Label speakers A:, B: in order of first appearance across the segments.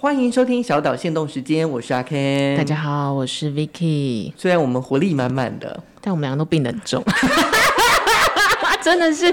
A: 欢迎收听小岛限动时间，我是阿 Ken。
B: 大家好，我是 Vicky，
A: 虽然我们活力满满的，
B: 但我们两个都病得很重， 真的是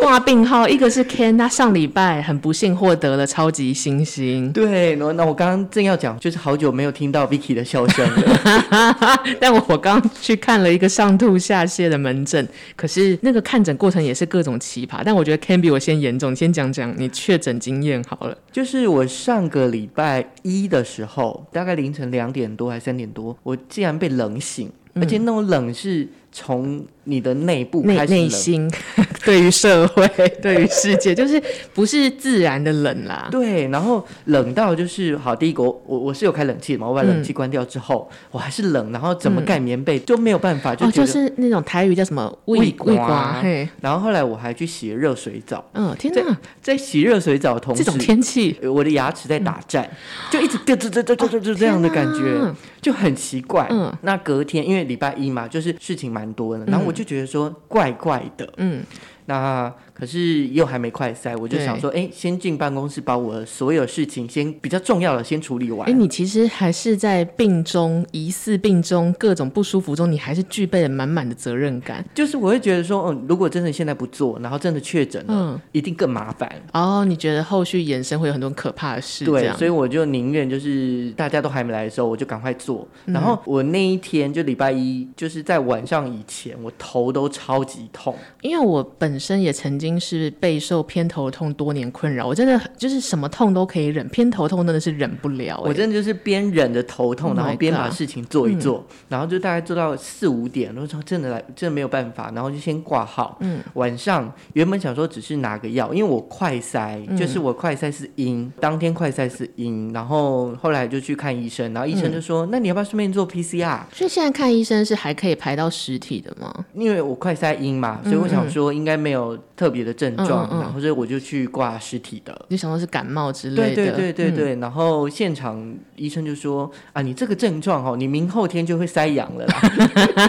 B: 挂病号。一个是 Ken，他上礼拜很不幸获得了超级星星，
A: 对，那那我刚刚正要讲，就是好久没有听到 Vicky 的笑声 了。
B: 但我我刚去看了一个上吐下泻的门诊，可是那个看诊过程也是各种奇葩。但我觉得 Ken 比我先严重，你先讲讲你确诊经验好了。
A: 就是我上个礼拜一的时候，大概凌晨两点多还是三点多，我竟然被冷醒，而且那种冷是从你的内部
B: 嗯内
A: 开始
B: 内
A: 冷，
B: 心 对于社会、 对于世界，就是不是自然的冷啦。
A: 对，然后冷到就是好，第一个我我我是有开冷气嘛，我把
B: 嗯
A: 冷气关掉之后，我还是冷，然后怎么盖棉被、就没有办法，就
B: 哦，
A: 觉
B: 就
A: 得。
B: 是那种台语叫什么
A: 胃
B: 胃
A: 刮
B: 嘿，
A: 然后后来我还去洗热水澡，
B: 嗯，天哪，
A: 在洗热水澡的同时
B: 这，种天气，嗯
A: 呃我的牙齿在打颤，就一直咯吱咯吱咯吱咯吱这样的感
B: 天
A: 觉
B: 哪，
A: 就很奇怪。
B: 啊嗯
A: 那隔天因为礼拜一嘛，就是事情蛮多的，然后我就觉得说怪怪的。
B: 嗯，
A: 那可是又还没快塞，我就
B: 对
A: 想说，哎，先进办公室把我所有事情先比较重要的先处理完
B: 哎、。你其实还是在病中，疑似病中，各种不舒服中，你还是具备了满满的责任感。
A: 就是我会觉得说，嗯，如果真的现在不做，然后真的确诊了，
B: 嗯，
A: 一定更麻烦。
B: 哦，你觉得后续衍生会有很多可怕的事，这
A: 对，
B: 样
A: 所以我就宁愿就是大家都还没来的时候，我就赶快做。然
B: 嗯
A: 后我那一天就礼拜一，就是在晚上以前，我头都超级痛。
B: 因为我本身也曾经是备受偏头痛多年困扰，我真的很就是什么痛都可以忍，偏头痛真的是忍不了、
A: 我
B: 哎，
A: 真的就是边忍着头痛，
B: Oh
A: 然后
B: my
A: 边把
B: God 嗯
A: 事情做一做，然后就大概做到四五点，然后说真的来，真的没有办法，然后就先挂号。嗯，晚上原本想说只是拿个药，因为我快塞，就是
B: 嗯
A: 我快塞是阴，当天快塞是阴，然后后来就去看医生，然后医
B: 嗯
A: 生就说，那你要不要顺便做 PCR？
B: 所以现在看医生是还可以排到实体的吗？
A: 因为我快塞阴嘛，所以我想说应该没有特别的症状，
B: 嗯嗯嗯嗯
A: 然后所以我就去挂实体的。
B: 你想说是感冒之
A: 对
B: 类的？
A: 对对对
B: 嗯
A: 对，然后现场医生就说啊，你这个症状哦，你明后天就会塞阳了啦，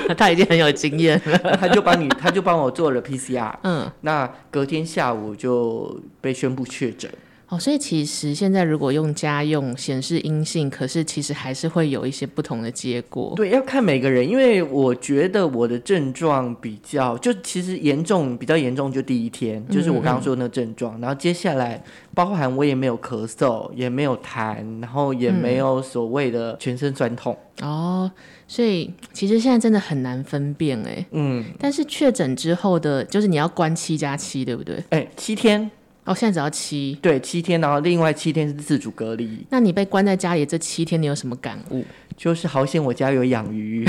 B: 嗯 他已经很有经验了。
A: 他就帮你，他就帮我做了 PCR，
B: 嗯，
A: 那隔天下午就被宣布确诊。
B: 哦，所以其实现在如果用家用显示阴性，可是其实还是会有一些不同的结果。
A: 对，要看每个人，因为我觉得我的症状比较，就其实严重比较严重就第一天，就是我刚刚说的那症状，然后接下来包含我也没有咳嗽，也没有痰，然后也没有所谓的全身酸痛，
B: 哦，所以其实现在真的很难分辨哎。
A: 嗯，
B: 但是确诊之后的，就是你要关七加七，对不对？
A: 哎、七天，
B: 哦，现在只要七。
A: 对，七天，然后另外七天是自主隔离，
B: 那你被关在家里这七天，你有什么感悟？
A: 就是好险我家有养鱼，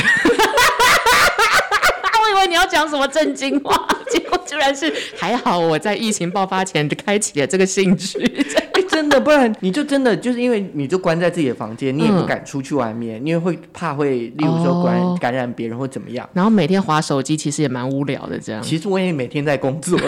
B: 啊，我以为你要讲什么正经话， 结果居然是还好我在疫情爆发前就开启了这个兴趣。
A: 哎真的，不然你就真的就是因为你就关在自己的房间，你也不
B: 嗯
A: 敢出去外面，因为会怕会，例如说感
B: 哦
A: 感染别人或怎么样。
B: 然后每天划手机，其实也蛮无聊的这 样。
A: 其实我也每天在工作，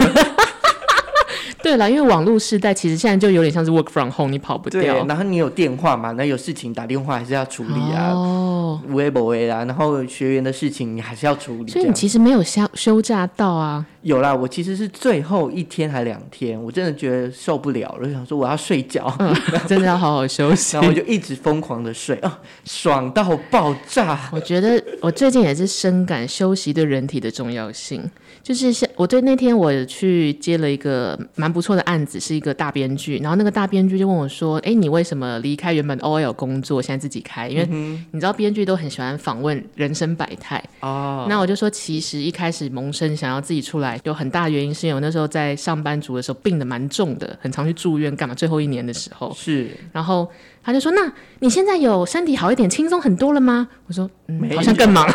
B: 对了，因为网络时代其实现在就有点像是 work from home，你跑不
A: 对，
B: 掉。
A: 然后你有电话嘛？那有事情打电话还是要处理啊，
B: 哦，
A: 无微不微啦。然后学员的事情你还是要处理。这
B: 所以你
A: 样
B: 其实没有休休假到啊。
A: 有啦，我其实是最后一天还两天，我真的觉得受不了了，就想说我要睡觉，
B: 嗯，真的要好好休息
A: 然。后我就一直疯狂的睡啊，爽到爆炸。
B: 我觉得我最近也是深感休息对人体的重要性，就是像我对那天我去接了一个蛮不错的案子，是一个大编剧，然后那个大编剧就问我说：“哎，你为什么离开原本 OL 工作，现在自己开？因为你知道编剧都很喜欢访问人生百态，
A: 哦，
B: 那我就说，其实一开始萌生想要自己出来，有很大原因是因为我那时候在上班族的时候病得蛮重的，很常去住院干嘛？最后一年的时候，
A: 是
B: 然后他就说：“那你现在有身体好一点，轻松很多了吗？”我说：“
A: 没
B: 嗯，好像更忙。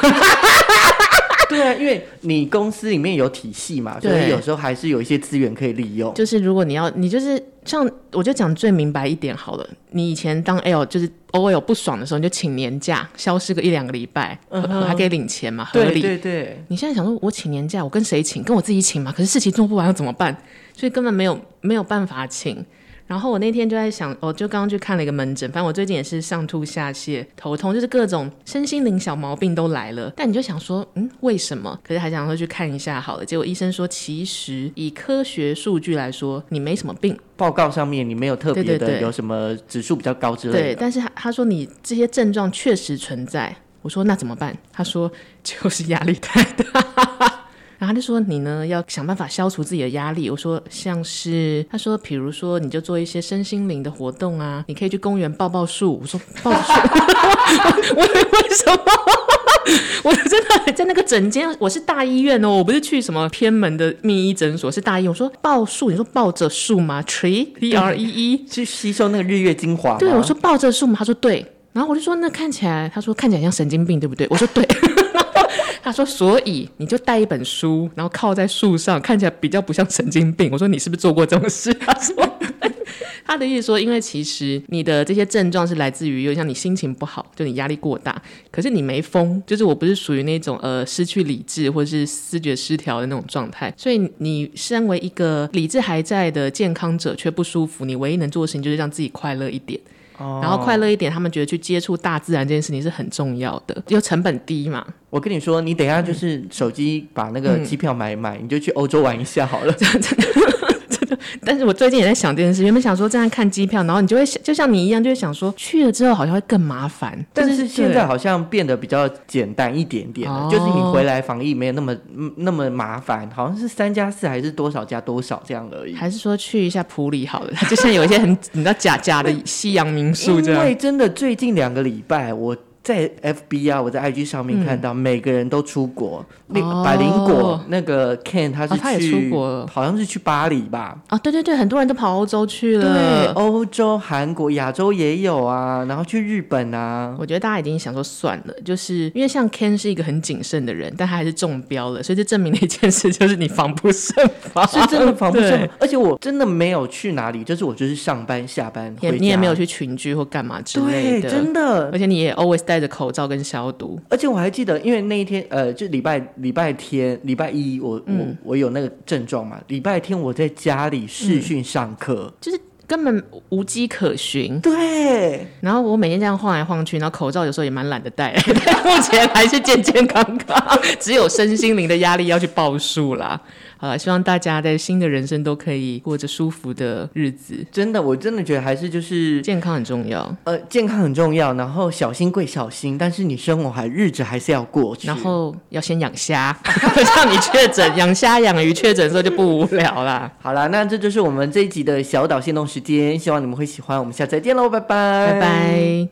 A: 对啊，因为你公司里面有体系嘛，所以
B: 对
A: 有时候还是有一些资源可以利用”。
B: 就是如果你要，你就是像我就讲最明白一点好了，你以前当 L 就是偶尔有不爽的时候，你就请年假，消失个一两个礼拜，
A: 嗯哼
B: 我还可以领钱嘛，合
A: 对
B: 理。
A: 对对，
B: 你现在想说，我请年假，我跟谁请？跟我自己请嘛？可是事情做不完要怎么办？所以根本没有没有办法请。然后我那天就在想，我就刚刚去看了一个门诊，反正我最近也是上吐下泻、头痛，就是各种身心灵小毛病都来了。但你就想说，嗯，为什么？可是还想说去看一下好了。结果医生说，其实以科学数据来说，你没什么病。
A: 报告上面你没有特别
B: 对对
A: 的
B: 对
A: 有什么指数比较高之类
B: 对，
A: 的，
B: 但是他他说你这些症状确实存在。我说那怎么办？他说 就是压力太大。 然后他就说你呢要想办法消除自己的压力。我说像是他说，比如说你就做一些身心灵的活动啊，你可以去公园抱抱树。我说抱树， 我为什么？ 我真的在那个诊间，我是大医院哦，我不是去什么偏门的秘医诊所，是大医院。我说抱树，你说抱着树吗？tree t r e e，
A: 去吸收那个日月精华吗。
B: 对，我说抱着树嘛，他说对，然后我就说那看起来，他说看起来像神经病，对不对？我说对， 他说所以你就带一本书，然后靠在树上，看起来比较不像神经病。我说你是不是做过这种事？ 他说。他的意思说，因为其实你的这些症状是来自于，有点像你心情不好，就你压力过大。可是你没疯，就是我不是属于那种呃失去理智或是思觉失调的那种状态。所以你身为一个理智还在的健康者却不舒服，你唯一能做的事情就是让自己快乐一点。然后快乐一点，他们觉得去接触大自然这件事情是很重要的，又成本低嘛。
A: 我跟你说，你等一下就是手机把那个机票买一买，你就去欧洲玩一下好 了。
B: 但是我最近也在想这件事，原本想说这样看机票，然后你就会想，就像你一样，就会想说去了之后好像会更麻烦。
A: 但
B: 就是
A: 现在好像变得比较简单一点点了，
B: 哦
A: 就是你回来防疫没有那么嗯那么麻烦，好像是三加四还是多少加多少这样而
B: 对
A: 已。
B: 还是说去一下普里好了， 它就像有一些很你知道假假的西洋民宿这
A: 因
B: 样。
A: 为真的最近两个礼拜我。在 FB 啊，我在 IG 上面看到每个人都出国，那
B: 哦
A: 个百灵果那个 Ken 他是
B: 哦他也
A: 去
B: 出国了
A: 好像是去巴黎吧，
B: 哦，对对对，很多人都跑欧洲去
A: 对，
B: 了。
A: 欧洲、韩国、亚洲也有啊，然后去日本啊，
B: 我觉得大家已经想说算了，就是因为像 Ken 是一个很谨慎的人，但他还是中标了，所以这证明了一件事，就是你防不胜 防，
A: 是真的防不
B: 对
A: 胜防。而且我真的没有去哪里，就是我就是上班、下班
B: 也
A: 回家，
B: 你也没有去群聚或干嘛之
A: 对，
B: 类的，
A: 真的。
B: 而且你也 always 戴着口罩跟消毒。
A: 而且我还记得，因为那一天，呃，就礼拜礼拜天、礼拜一我，我、
B: 嗯
A: 我有那个症状嘛。礼拜天我在家里视讯上课，
B: 就是根本无迹可寻。
A: 对，
B: 然后我每天这样晃来晃去，然后口罩有时候也蛮懒得戴，但 目前还是健健康康，只有身心灵的压力要去报数啦。好了，希望大家在新的人生都可以过着舒服的日子，
A: 真的，我真的觉得还是就是
B: 健康很重要。
A: 呃，健康很重要，然后小心归小心，但是你生活还日子还是要过去。
B: 然后要先养虾， 像你确诊养虾养鱼确诊的时候就不无聊啦。
A: 好啦，那这就是我们这一集的小岛限动时间，希望你们会喜欢。我们下次再见喽，拜拜，
B: 拜拜。